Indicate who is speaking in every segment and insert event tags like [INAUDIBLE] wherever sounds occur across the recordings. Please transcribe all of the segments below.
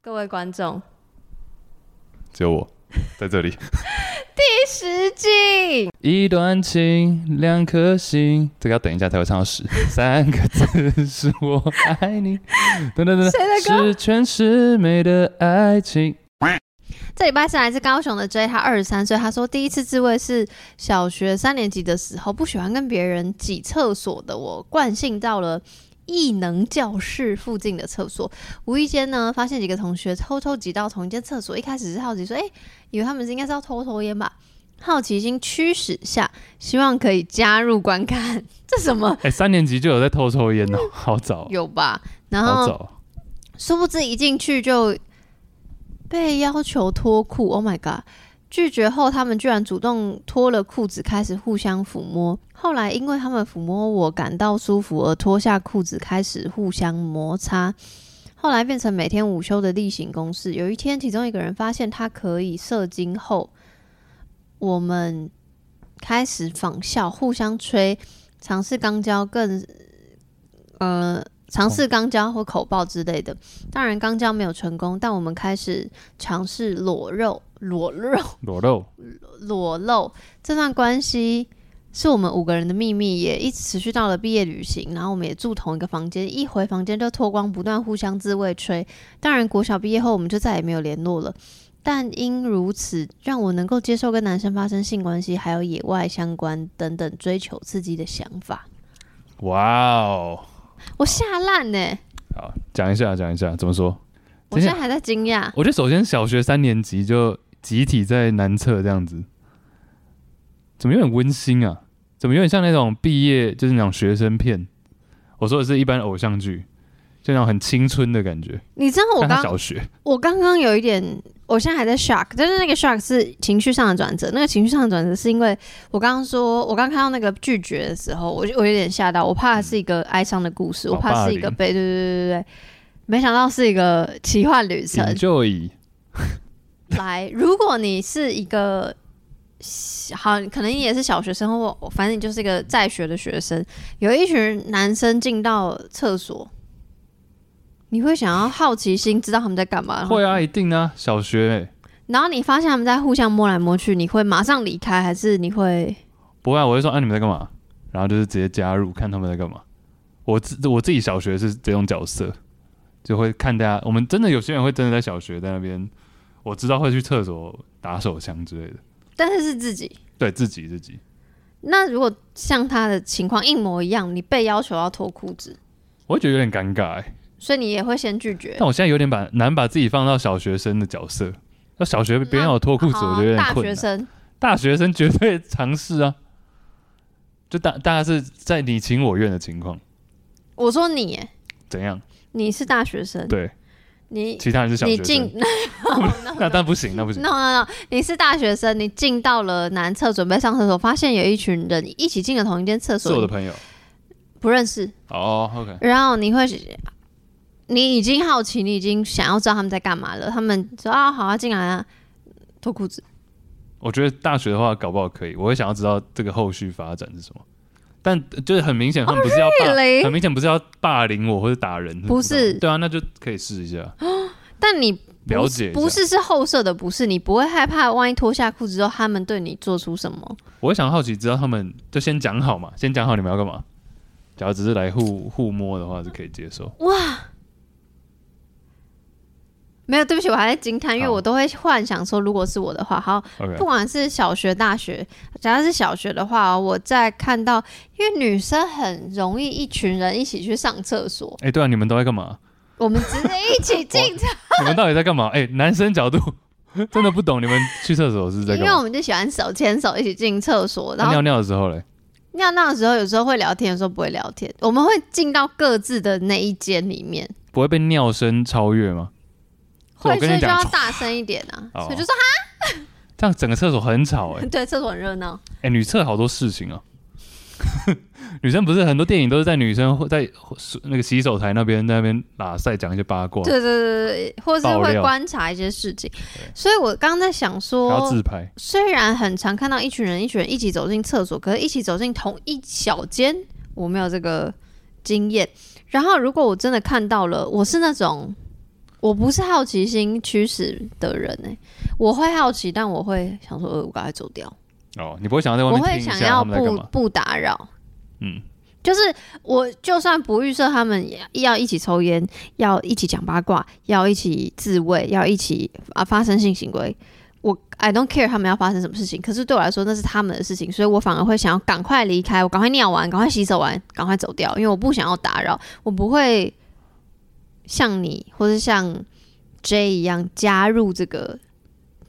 Speaker 1: 各位观众，
Speaker 2: 只有我在这里。
Speaker 1: 第十季
Speaker 2: [LAUGHS] 一段情，两颗心，这个要等一下才会唱到 [LAUGHS] 十。三个字是我爱你，等等等，
Speaker 1: 谁的歌
Speaker 2: 十全十美的爱情。
Speaker 1: 这礼拜是来自高雄的 J，他二十三岁，他说第一次自慰是小学三年级的时候，不喜欢跟别人挤厕所的我，惯性到了。艺能教室附近的厕所，无意间呢发现几个同学偷偷挤到同一间厕所。一开始是好奇说，哎、以为他们是应该是要偷抽烟吧？好奇心驱使下，希望可以加入观看，这什么
Speaker 2: 哎、三年级就有在偷抽烟哦，好早哦，
Speaker 1: 有吧？然
Speaker 2: 好
Speaker 1: 后
Speaker 2: 早哦。
Speaker 1: 殊不知一进去就被要求脱裤，Oh my god！拒绝后，他们居然主动脱了裤子，开始互相抚摸。后来，因为他们抚摸我感到舒服，而脱下裤子开始互相摩擦。后来变成每天午休的例行公事。有一天，其中一个人发现他可以射精后，我们开始仿效，互相吹，尝试肛交更，呃，尝试肛交或口爆之类的。当然，肛交没有成功，但我们开始尝试裸肉、裸肉、 [LAUGHS]
Speaker 2: 裸露，
Speaker 1: 裸露。这段关系是我们五个人的秘密，也一直持续到了毕业旅行。然后我们也住同一个房间，一回房间就脱光，不断互相自慰吹。当然，国小毕业后我们就再也没有联络了。但因如此，让我能够接受跟男生发生性关系，还有野外相关等等追求刺激的想法，
Speaker 2: 哇哦！
Speaker 1: 我吓烂呢！
Speaker 2: 好，讲一下，讲一下，怎么说？
Speaker 1: 我现在还在惊讶，
Speaker 2: 我觉得首先小学三年级就集体在男厕这样子，怎么有点温馨啊？怎么有点像那种毕业就是那种学生片？我说的是一般偶像剧，就那种很青春的感觉。
Speaker 1: 你知道哦我
Speaker 2: 像他
Speaker 1: 刚
Speaker 2: 小学
Speaker 1: 我刚刚有一点，我现在还在 shock，但是那个 shock 是情绪上的转折。那个情绪上的转折是因为我刚刚说，我刚看到那个拒绝的时候，我就我有点吓到，我怕是一个哀伤的故事，
Speaker 2: 好
Speaker 1: 我怕是一个
Speaker 2: 嗯哦霸凌
Speaker 1: 被对对对对对，没想到是一个奇幻旅程。
Speaker 2: 嗯，enjoy
Speaker 1: 来，如果你是一个好，可能你也是小学生或反正你就是一个在学的学生，有一群男生进到厕所，你会想要好奇心知道他们在干嘛，然后
Speaker 2: 会啊，一定啊，小学、欸、
Speaker 1: 然后你发现他们在互相摸来摸去，你会马上离开，还是你会？
Speaker 2: 不会、啊，我会说啊，你们在干嘛？然后就是直接加入，看他们在干嘛。我自我自己小学是这种角色，就会看大家。我们真的有些人会真的在小学在那边，我知道会去厕所打手枪之类的，
Speaker 1: 但是是自己。
Speaker 2: 对自己自己，
Speaker 1: 那如果像他的情况一模一样，你被要求要脱裤子，
Speaker 2: 我会觉得有点尴尬、欸。
Speaker 1: 所以你也会先拒绝。
Speaker 2: 但我现在有点把难把自己放到小学生的角色。那小学别人有脱裤子，
Speaker 1: 好
Speaker 2: 我觉得有点
Speaker 1: 啊大
Speaker 2: 困
Speaker 1: 学
Speaker 2: 难。
Speaker 1: 生，
Speaker 2: 大学生绝对尝试啊，就大大家是在你情我愿的情况，
Speaker 1: 我说你耶，
Speaker 2: 怎样？
Speaker 1: 你是大学生，
Speaker 2: 对，
Speaker 1: 你
Speaker 2: 其他人是小
Speaker 1: 你
Speaker 2: 学
Speaker 1: 进 [LAUGHS]
Speaker 2: 生，那但不行，那不行
Speaker 1: no。no no，你是大学生，你进到了男厕准备上厕所，发现有一群人一起进了同一间厕
Speaker 2: 是我的
Speaker 1: 所，
Speaker 2: 朋友。
Speaker 1: 不认识，
Speaker 2: 哦，OK、o k
Speaker 1: 然后你会，你已经好奇，你已经想要知道他们在干嘛了。他们说啊，好啊，进来啊，脱裤子。
Speaker 2: 我觉得大学的话，搞不好可以，我会想要知道这个后续发展是什么。但呃就是很明显，啊他们不是要
Speaker 1: [LAUGHS]
Speaker 2: 霸
Speaker 1: really？
Speaker 2: 很明显不是要霸凌我或者打人，
Speaker 1: 哎不是
Speaker 2: 对啊，那就可以试一下，
Speaker 1: 但你
Speaker 2: 了解一下
Speaker 1: 不，是是后设的，不是你不会害怕，万一脱下裤子之后，他们对你做出什么？
Speaker 2: 我会想好奇知道他们就先讲好嘛，先讲好你们要干嘛。假如只是来互互摸的话，是可以接受。
Speaker 1: 没有，对不起，我还在惊叹，因为
Speaker 2: 好
Speaker 1: 我都会幻想说，如果是我的话，好，
Speaker 2: OK，
Speaker 1: 不管是小学、大学，只要是小学的话，我在看到，因为女生很容易一群人一起去上厕所，
Speaker 2: 哎、对啊，你们都在
Speaker 1: [LAUGHS]
Speaker 2: 干嘛？
Speaker 1: 我们只是一起
Speaker 2: [LAUGHS]
Speaker 1: 进
Speaker 2: 你们到底在干嘛？哎、男生角度 [LAUGHS] 真的不懂，你们去厕所是在
Speaker 1: 因
Speaker 2: 干
Speaker 1: 为我
Speaker 2: 嘛？
Speaker 1: 们就喜欢手牵手一起进厕所，然
Speaker 2: 那
Speaker 1: 后
Speaker 2: 尿尿的时候嘞，
Speaker 1: 尿尿的时候，有时候会聊天，有时候不会聊天。我们会进到各自的那一间里面，
Speaker 2: 不会被尿声超越吗？所
Speaker 1: 会
Speaker 2: 以我跟
Speaker 1: 所
Speaker 2: 你
Speaker 1: 以就
Speaker 2: 讲
Speaker 1: 要，大声一点啊。
Speaker 2: 哦
Speaker 1: 所以就说
Speaker 2: 这样整个厕所很吵哎、
Speaker 1: 啊，对，厕所很热闹。
Speaker 2: 哎、女厕好多事情啊。 [LAUGHS] 女生不是很多电影都是在女生会在那个洗手台那边在那边拉塞讲一些八卦，
Speaker 1: 对对对对对，或是
Speaker 2: 爆
Speaker 1: 会
Speaker 2: 料
Speaker 1: 观察一些事情。所以我刚刚在想
Speaker 2: 然后
Speaker 1: 说，
Speaker 2: 自拍，
Speaker 1: 虽然很常看到一群人一群人一起走进厕所，可是一起走进同一小间，我没有这个经验。然后如果我真的看到了，我是那种。我不是好奇心驱使的人哎、我会好奇，但我会想说，呃，我赶快走掉，
Speaker 2: 哦，你不会想要在外
Speaker 1: 我
Speaker 2: 面
Speaker 1: 会
Speaker 2: 听一
Speaker 1: 想
Speaker 2: 下
Speaker 1: 要
Speaker 2: 他们在干
Speaker 1: 不
Speaker 2: 嘛？
Speaker 1: 不打扰。
Speaker 2: 嗯，
Speaker 1: 就是我就算不预设他们也要一起抽烟，要一起讲八卦，要一起自慰，要一起啊发生性行为，我 I don't care 他们要发生什么事情。可是对我来说那是他们的事情，所以我反而会想要赶快离开，我赶快尿完，赶快洗手完，赶快走掉，因为我不想要打扰，我不会像你或是像 J 一样加入这个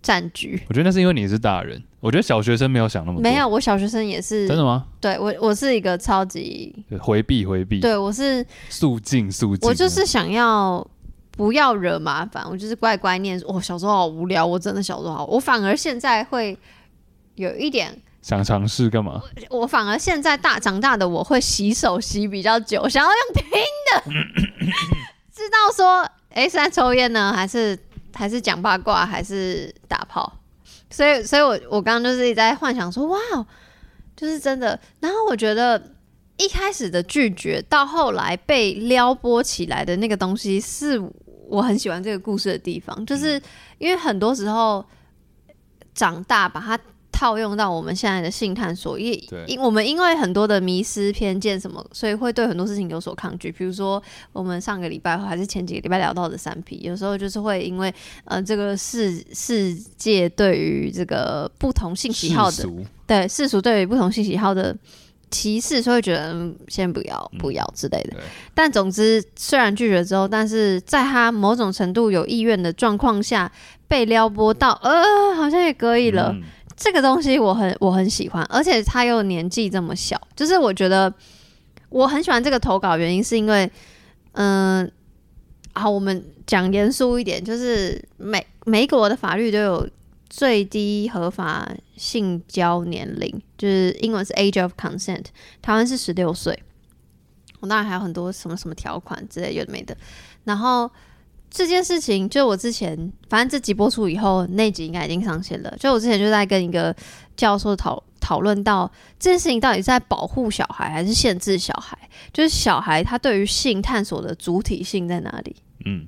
Speaker 1: 战局。
Speaker 2: 我觉得那是因为你是大人，我觉得小学生没有想那么多，
Speaker 1: 没有，我小学生也是
Speaker 2: 真，的吗？
Speaker 1: 对我我是一个超级，
Speaker 2: 回避回避，
Speaker 1: 对我是。
Speaker 2: 肃静肃静。啊
Speaker 1: 我就是想要不要惹麻烦，我就是乖乖念书。我、小时候好无聊，我真的小时候好，我反而现在会有一点，
Speaker 2: 想尝试干嘛？
Speaker 1: 我反而现在大长大的我会洗手洗比较久，想要用听的， [LAUGHS] 知道说，哎、是在抽烟呢，还是还是讲八卦，还是打炮？所以，所以我我刚刚就是一直在幻想说，哇，就是真的。然后我觉得一开始的拒绝，到后来被撩拨起来的那个东西，是我很喜欢这个故事的地方，就是因为很多时候长大把它。套用到我们现在的性探索，因
Speaker 2: 对
Speaker 1: 因我们因为很多的迷失、偏见什么，所以会对很多事情有所抗拒。比如说，我们上个礼拜还是前几个礼拜聊到的三 P，有时候就是会因为呃这个世世界对于这个不同性喜好
Speaker 2: 世
Speaker 1: 的
Speaker 2: 俗
Speaker 1: 对世俗对于不同性喜好的歧视，所以会觉得、嗯、先不要不要之类的。
Speaker 2: 对
Speaker 1: 但总之，虽然拒绝之后，但是在他某种程度有意愿的状况下被撩拨到，呃，好像也可以了。
Speaker 2: 嗯
Speaker 1: 这个东西我很我很喜欢，而且他又年纪这么小，就是我觉得我很喜欢这个投稿，原因是因为，嗯、好，我们讲严肃一点，就是美美国的法律都有最低合法性交年龄，就是英文是 age of consent，台湾是十六岁。我当然还有很多什么什么条款之类有的没的，然后这件事情，就我之前，反正这集播出以后，那集应该已经上线了。就我之前就在跟一个教授讨讨论到这件事情到底是在保护小孩还是限制小孩，就是小孩他对于性探索的主体性在哪里？
Speaker 2: 嗯，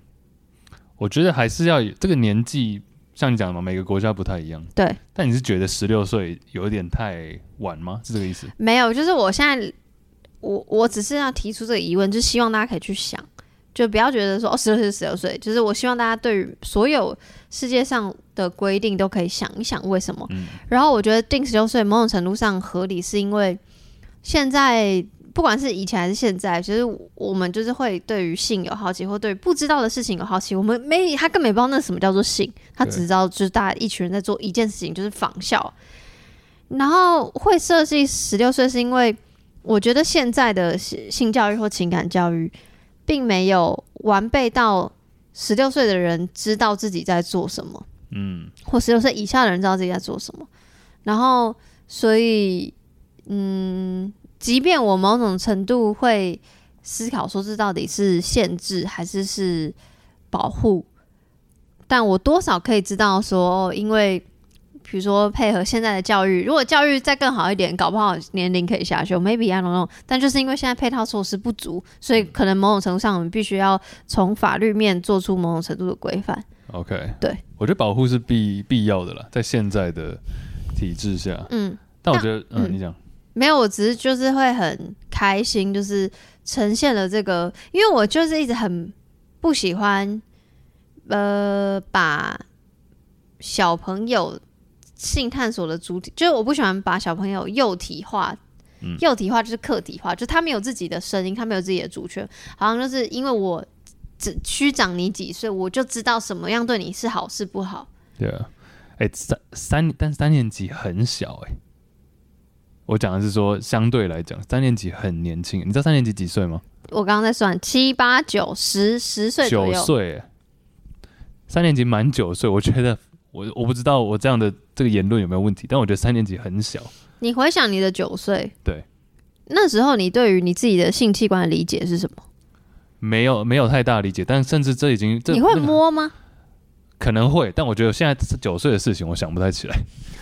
Speaker 2: 我觉得还是要有这个年纪，像你讲的嘛，每个国家不太一样。
Speaker 1: 对，
Speaker 2: 但你是觉得十六岁有一点太晚吗？是这个意思？
Speaker 1: 没有，就是我现在我我只是要提出这个疑问，就是希望大家可以去想，就不要觉得说哦十六岁十六岁，就是我希望大家对于所有世界上的规定都可以想一想为什么。
Speaker 2: 嗯
Speaker 1: 然后我觉得定十六岁某种程度上合理，是因为现在不管是以前还是现在，其实我们就是会对于性有好奇，或对不知道的事情有好奇。我们没他根本也不知道那什么叫做性，他
Speaker 2: 对
Speaker 1: 只知道就是大家一群人在做一件事情，就是仿效。然后会设计十六岁，是因为我觉得现在的性性教育或情感教育，并没有完备到十六岁的人知道自己在做什么。
Speaker 2: 嗯，
Speaker 1: 或十六岁以下的人知道自己在做什么。然后，所以，嗯，即便我某种程度会思考说这到底是限制还是是保护，但我多少可以知道说，哦因为比如说配合现在的教育，如果教育再更好一点，搞不好年龄可以下修，maybe I don't know。但就是因为现在配套措施不足，所以可能某种程度上我们必须要从法律面做出某种程度的规范。
Speaker 2: OK，
Speaker 1: 对，
Speaker 2: 我觉得保护是必必要的啦，在现在的体制下。
Speaker 1: 嗯。
Speaker 2: 但我觉得，嗯，
Speaker 1: 嗯
Speaker 2: 你讲，
Speaker 1: 没有，我只是就是会很开心，就是呈现了这个，因为我就是一直很不喜欢，呃，把小朋友性探索的主体，就是我不喜欢把小朋友幼体化。幼体化就是客体化，就是他们有自己的声音，他们有自己的主权，好像就是因为我只虚长你几岁，我就知道什么样对你是好是不好。
Speaker 2: 对啊，哎，三三，但三年级很小哎、我讲的是说，相对来讲，三年级很年轻。你知道三年级几岁吗？
Speaker 1: 我刚刚在算七八九十十岁左
Speaker 2: 九
Speaker 1: 右，
Speaker 2: 岁欸，三年级满九岁，我觉得我我不知道我这样的这个言论有没有问题，但我觉得三年级很小，
Speaker 1: 你回想你的九岁，
Speaker 2: 对，
Speaker 1: 那时候你对于你自己的性器官的理解是什么？
Speaker 2: 没有没有太大理解，但甚至这已经这
Speaker 1: 你会
Speaker 2: 那个
Speaker 1: 摸吗？
Speaker 2: 可能会，但我觉得现在九岁的事情我想不太起来，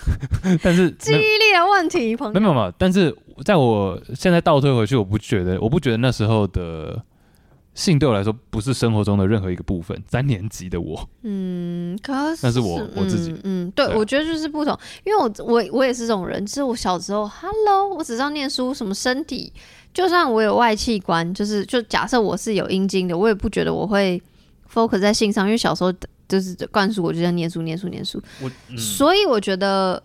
Speaker 2: [LAUGHS] 但是
Speaker 1: 记忆力的问题，朋
Speaker 2: 没
Speaker 1: 友。
Speaker 2: 有没有没有，但是在我现在倒退回去，我不觉得我不觉得那时候的性对我来说不是生活中的任何一个部分。三年级的我，
Speaker 1: 嗯，可是
Speaker 2: 那是我我自己
Speaker 1: 嗯，嗯对，
Speaker 2: 对啊
Speaker 1: 我觉得就是不同，因为我我我也是这种人，就是我小时候，Hello，我只知道念书，什么身体，就算我有外器官，就是就假设我是有阴茎的，我也不觉得我会 focus 在性上，因为小时候就是灌输我就在念书念书念书，
Speaker 2: 我、嗯
Speaker 1: 所以我觉得。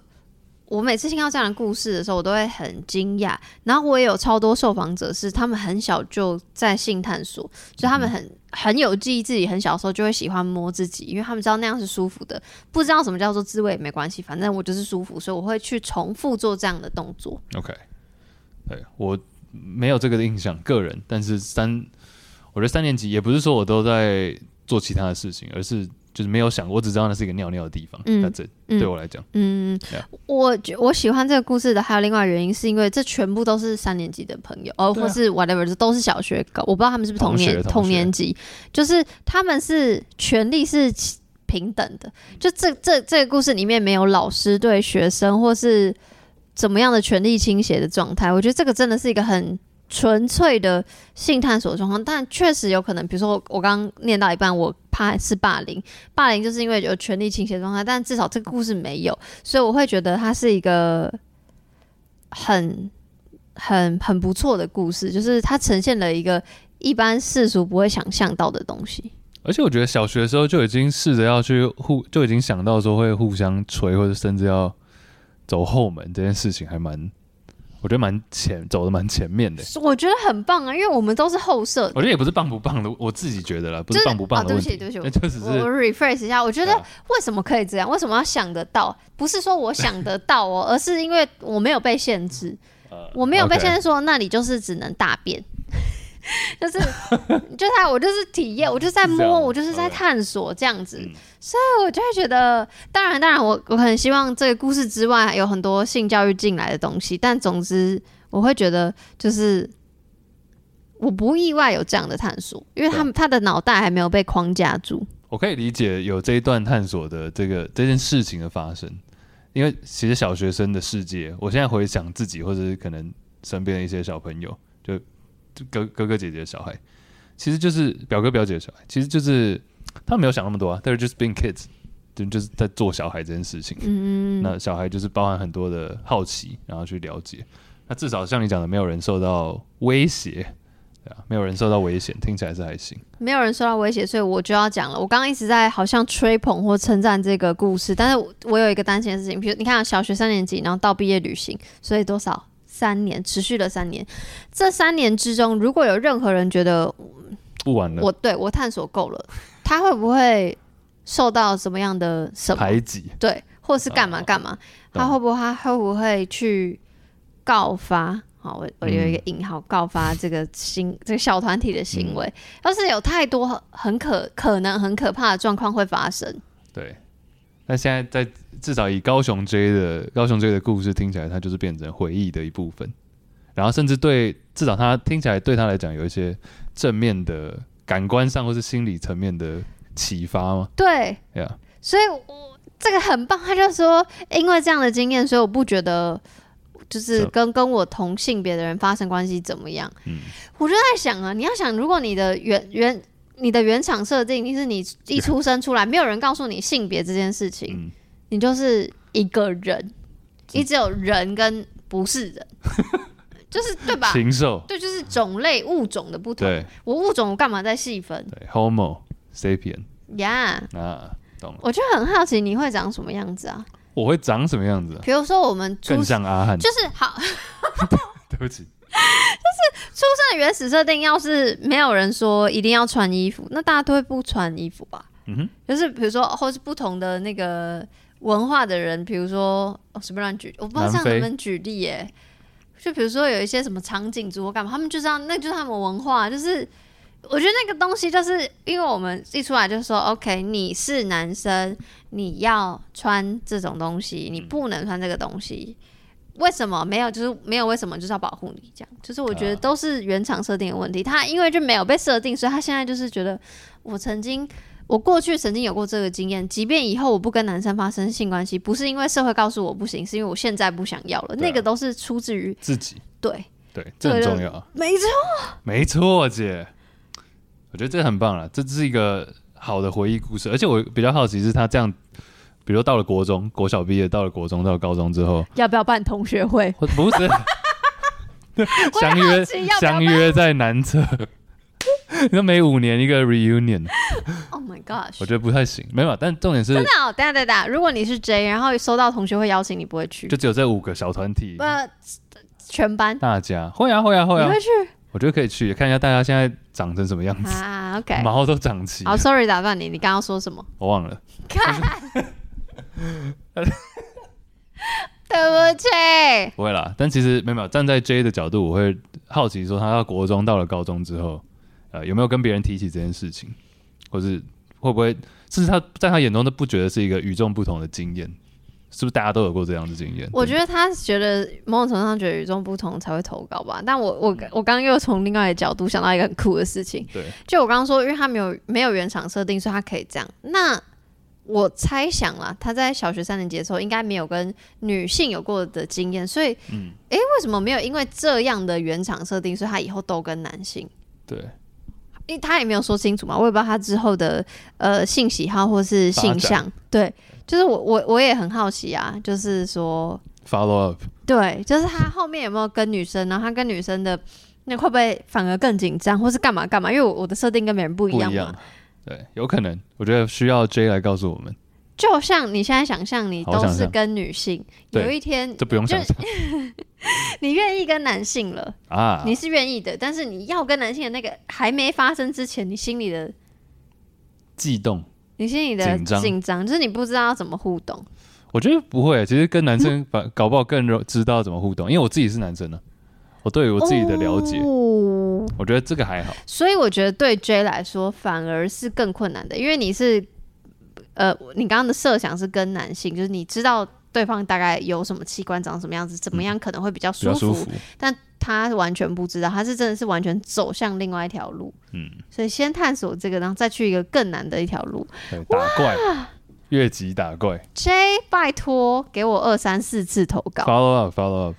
Speaker 1: 我每次听到这样的故事的时候，我都会很惊讶。然后我也有超多受访者是他们很小就在性探索，所以
Speaker 2: 嗯
Speaker 1: 他们很很有记忆，自己很小的时候就会喜欢摸自己，因为他们知道那样是舒服的。不知道什么叫做滋味也没关系，反正我就是舒服，所以我会去重复做这样的动作。
Speaker 2: OK，对我没有这个印象，个人，但是三，我觉得三年级也不是说我都在做其他的事情，而是就是没有想过，我只知道那是一个尿尿的地方。
Speaker 1: 嗯
Speaker 2: 那这
Speaker 1: 嗯
Speaker 2: 对我来讲，
Speaker 1: 嗯
Speaker 2: Yeah
Speaker 1: 我觉我喜欢这个故事的还有另外原因，是因为这全部都是三年级的朋友，哦，
Speaker 2: 对啊
Speaker 1: 或是 whatever，这都是小学搞，我不知道他们是不是同
Speaker 2: 同学
Speaker 1: 年
Speaker 2: 同学
Speaker 1: 年级，就是他们是权利是齐平等的，
Speaker 2: 嗯
Speaker 1: 就这这这个故事里面没有老师对学生或是怎么样的权力倾斜的状态，我觉得这个真的是一个很。纯粹的性探索的状况，但确实有可能，比如说我我刚刚念到一半，我怕是霸凌，霸凌就是因为有权力倾斜的状态，但至少这个故事没有，所以我会觉得它是一个很很很不错的故事，就是它呈现了一个一般世俗不会想象到的东西。
Speaker 2: 而且我觉得小学的时候就已经试着要去互，就已经想到说会互相捶，或者甚至要走后门这件事情，还蛮，我觉得蛮前走的蛮前面的。
Speaker 1: 我觉得很棒啊，因为我们都是后设
Speaker 2: 我觉得也不是棒不棒的，我自己觉得啦，不
Speaker 1: 就是是
Speaker 2: 棒不棒
Speaker 1: 哦对不
Speaker 2: 的问
Speaker 1: 起
Speaker 2: 题，
Speaker 1: 对不起
Speaker 2: 那就只是
Speaker 1: 我我 rephrase 一下，我觉得
Speaker 2: 对啊
Speaker 1: 为什么可以这样？为什么要想得到？不是说我想得到
Speaker 2: [LAUGHS]
Speaker 1: 哦，而是因为我没有被限制，
Speaker 2: 呃
Speaker 1: 我没有被
Speaker 2: OK
Speaker 1: 限制说那里就是只能大便， [LAUGHS] 就是就是啊我就是体
Speaker 2: [LAUGHS]
Speaker 1: 验，我就是在
Speaker 2: 是这样
Speaker 1: 摸，
Speaker 2: 吗
Speaker 1: 我就是在
Speaker 2: OK
Speaker 1: 探索这样子，
Speaker 2: 嗯
Speaker 1: 所以我就会觉得，当然当然我，我很希望这个故事之外有很多性教育进来的东西，但总之我会觉得就是我不意外有这样的探索，因为他们他的脑袋还没有被框架住。
Speaker 2: 我可以理解有这一段探索的这个这件事情的发生，因为其实小学生的世界，我现在回想自己，或者是可能身边的一些小朋友，就就哥哥哥姐姐的小孩，其实就是表哥表姐的小孩，其实就是他们没有想那么多啊，they're just being kids，就就是在做小孩这件事情。
Speaker 1: 嗯，
Speaker 2: 那小孩就是包含很多的好奇，然后去了解。那至少像你讲的，没有人受到威胁，对啊，没有人受到危险，听起来是还行。
Speaker 1: 没有人受到威胁，所以我就要讲了。我刚刚一直在好像吹捧或称赞这个故事，但是我我有一个担心的事情，比如你看小学三年级，然后到毕业旅行，所以多少三年持续了三年。这三年之中，如果有任何人觉得
Speaker 2: 不玩了，
Speaker 1: 我对我探索够了，他会不会受到什么样的什么
Speaker 2: 排挤。
Speaker 1: 对，或是干嘛干嘛？他
Speaker 2: 懂
Speaker 1: 会不会他会不会去告发？好，我我有一个引号告发这个行这个小团体的行为，要是有太多很很可可能很可怕的状况会发生，
Speaker 2: 对，那现在在至少以高雄 J 的高雄 J 的故事听起来，它就是变成回忆的一部分，然后甚至对至少他听起来对他来讲有一些正面的感官上或是心理层面的启发嘛，
Speaker 1: 对，
Speaker 2: 呀、
Speaker 1: 所以我这个很棒。他就说，因为这样的经验，所以我不觉得就是
Speaker 2: 是
Speaker 1: 跟跟我同性别的人发生关系怎么样。
Speaker 2: 嗯
Speaker 1: 我就在想啊，你要想，如果你的原原你的原厂设定就是你一出生出来，没有人告诉你性别这件事情，
Speaker 2: 嗯，
Speaker 1: 你就是一个人，
Speaker 2: 这
Speaker 1: 你只有人跟不是人， [LAUGHS] 就是对吧？
Speaker 2: 禽兽，
Speaker 1: 对，就是种类物种的不同。
Speaker 2: 对
Speaker 1: 我物种我干嘛在细分
Speaker 2: 对，Homo sapien
Speaker 1: 呀
Speaker 2: 啊，懂了，
Speaker 1: 我就很好奇你会长什么样子啊？
Speaker 2: 我会长什么样子啊、
Speaker 1: 比如说我们出
Speaker 2: 更
Speaker 1: 生
Speaker 2: 像阿汉，
Speaker 1: 就是好，
Speaker 2: 对不起，
Speaker 1: 那原始设定要是没有人说一定要穿衣服，那大家都会不穿衣服吧？
Speaker 2: 嗯哼，
Speaker 1: 就是比如说，或是不同的那个文化的人，比如说哦，随便乱举，我不知道这样
Speaker 2: 南
Speaker 1: 能
Speaker 2: 非
Speaker 1: 不能举例耶、就比如说有一些什么场景族或干嘛，他们就知道那就是他们文化，就是我觉得那个东西，就是因为我们一出来就说 OK，你是男生，你要穿这种东西，
Speaker 2: 嗯
Speaker 1: 你不能穿这个东西。为什么没有？就是没有为什么，就是要保护你这样。就是我觉得
Speaker 2: 啊
Speaker 1: 都是原厂设定的问题。他因为就没有被设定，所以他现在就是觉得我曾经我过去曾经有过这个经验，即便以后我不跟男生发生性关系，不是因为社会告诉我不行，是因为我现在不想要了。
Speaker 2: 对啊
Speaker 1: 那个都是出自于
Speaker 2: 自己，
Speaker 1: 对，
Speaker 2: 对，这很
Speaker 1: 对
Speaker 2: 重要啊，
Speaker 1: 没错，
Speaker 2: 没错，姐，我觉得这很棒了，这是一个好的回忆故事。而且我比较好奇是他这样，比如到了国中、国小毕业，到了国中、到了高中之后，
Speaker 1: 要不要办同学会？
Speaker 2: 或不
Speaker 1: [LAUGHS]
Speaker 2: 是
Speaker 1: 我
Speaker 2: 相
Speaker 1: 也
Speaker 2: 约
Speaker 1: 好奇要不要
Speaker 2: 相约在南侧，那每五年一个 reunion，
Speaker 1: ？Oh my gosh！
Speaker 2: 我觉得不太行。没有，啊但重点是
Speaker 1: 真的哦，等一下等一下，如果你是 J，然后收到同学会邀请，你不会去？
Speaker 2: 就只有这五个小团体，
Speaker 1: 呃，全班
Speaker 2: 大家会啊会啊会
Speaker 1: 你
Speaker 2: 啊
Speaker 1: 会，去
Speaker 2: 我觉得可以去看一下大家现在长成什么样子，
Speaker 1: 啊？OK，
Speaker 2: 毛都长齐，
Speaker 1: 好，Sorry 打断你，你刚刚说什么？
Speaker 2: 我忘了。
Speaker 1: [LAUGHS] 看，对不起，
Speaker 2: 不会啦，但其实没有没有站在 J 的角度，我会好奇说他到国中到了高中之后，呃，有没有跟别人提起这件事情，或是会不会，甚至他在他眼中都不觉得是一个与众不同的经验，是不是大家都有过这样的经验？
Speaker 1: 我觉得他觉得某种程度上觉得与众不同才会投稿吧。但我我我刚刚又从另外一个角度想到一个很酷的事情，
Speaker 2: 对，
Speaker 1: 就我刚刚说，因为他没有没有原厂设定，所以他可以这样。那我猜想啦，他在小学三年级的时候应该没有跟女性有过的经验，所以，诶，为什么没有因为这样的原厂设定，所以他以后都跟男性？
Speaker 2: 对，
Speaker 1: 因为他也没有说清楚嘛，我也不知道他之后的呃性喜好或是性向。对，就是我我我也很好奇啊，就是说，
Speaker 2: follow up，
Speaker 1: 对，就是他后面有没有跟女生，然后他跟女生的那会不会反而更紧张，或是干嘛干嘛？因为我我的设定跟别人不一
Speaker 2: 不
Speaker 1: 样
Speaker 2: 一
Speaker 1: 嘛。
Speaker 2: 样，对，有可能，我觉得需要 J 来告诉我们，
Speaker 1: 就像你现在想象，你
Speaker 2: 好我
Speaker 1: 都
Speaker 2: 想
Speaker 1: 是
Speaker 2: 象
Speaker 1: 跟女性，
Speaker 2: 对
Speaker 1: 有一天
Speaker 2: 这不用想
Speaker 1: 就你愿意跟男性了，
Speaker 2: [LAUGHS] 啊
Speaker 1: 你，是愿意的，但是你要跟男性的那个还没发生之前，你心里的
Speaker 2: 悸动，
Speaker 1: 你心里的
Speaker 2: 紧张
Speaker 1: 紧张，就是你不知道要怎么互动。
Speaker 2: 我觉得不会，其实跟男
Speaker 1: 嗯
Speaker 2: 生反搞不好更容知道怎么互动，因为我自己是男生呢、我对于我自己的了解，
Speaker 1: 哦
Speaker 2: 我觉得这个还好。
Speaker 1: 所以我觉得对 J 来说反而是更困难的，因为你是呃，你刚刚的设想是跟男性，就是你知道对方大概有什么器官长什么样子，怎么样可能会比较
Speaker 2: 比较
Speaker 1: 舒
Speaker 2: 舒
Speaker 1: 服。
Speaker 2: 服，
Speaker 1: 他完全不知道，他是真的是完全走向另外一条路。
Speaker 2: 嗯，
Speaker 1: 所以先探索这个，然后再去一个更难的一条路。
Speaker 2: 对打怪，越级打怪
Speaker 1: J，拜托给我二三四次投稿，
Speaker 2: ，follow up，follow up，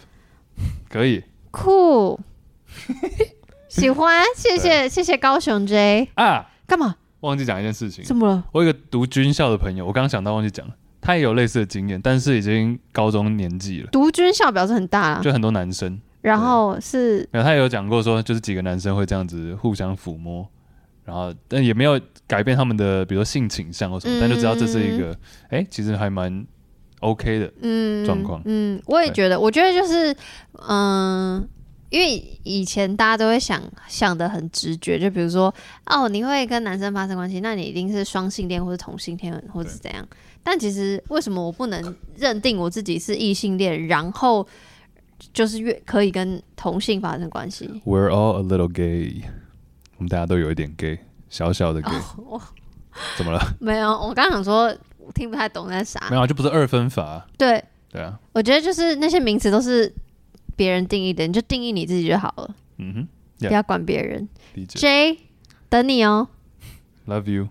Speaker 2: 可以 [LAUGHS]
Speaker 1: 酷，喜欢，谢谢谢谢高雄 J，
Speaker 2: 啊。
Speaker 1: 干嘛？
Speaker 2: 忘记讲一件事情，
Speaker 1: 怎么了？
Speaker 2: 我有一个读军校的朋友，我刚刚想到忘记讲了，他也有类似的经验，但是已经高中年纪了，
Speaker 1: 读军校表示很大啦，啊
Speaker 2: 就很多男生，
Speaker 1: 然后是
Speaker 2: 然后他也有讲过说，就是几个男生会这样子互相抚摸，然后但也没有改变他们的，比如说性倾向或什么，
Speaker 1: 嗯
Speaker 2: 但就知道这是一个，哎，其实还蛮 OK 的，
Speaker 1: 嗯
Speaker 2: 状况
Speaker 1: 嗯，我也
Speaker 2: 对
Speaker 1: 觉得，我觉得就是嗯。因为以前大家都会想想的很直觉，就比如说哦，你会跟男生发生关系，那你一定是双性恋或是同性恋，或者是怎样。但其实为什么我不能认定我自己是异性恋，然后就是越可以跟同性发生关系？
Speaker 2: We're all a little gay，我们大家都有一点 gay，小小的 gay，、
Speaker 1: 哦我
Speaker 2: 怎么了？
Speaker 1: 没有，我刚想说我听不太懂在啥
Speaker 2: 没。有啊，就不是二分法啊，
Speaker 1: 对，
Speaker 2: 对啊，
Speaker 1: 我觉得就是那些名词都是别人定义的，你就定义你自己就好了，
Speaker 2: 嗯哼，Yeah
Speaker 1: 不要管别人。
Speaker 2: 理解
Speaker 1: J，等你哦。
Speaker 2: ，Love you，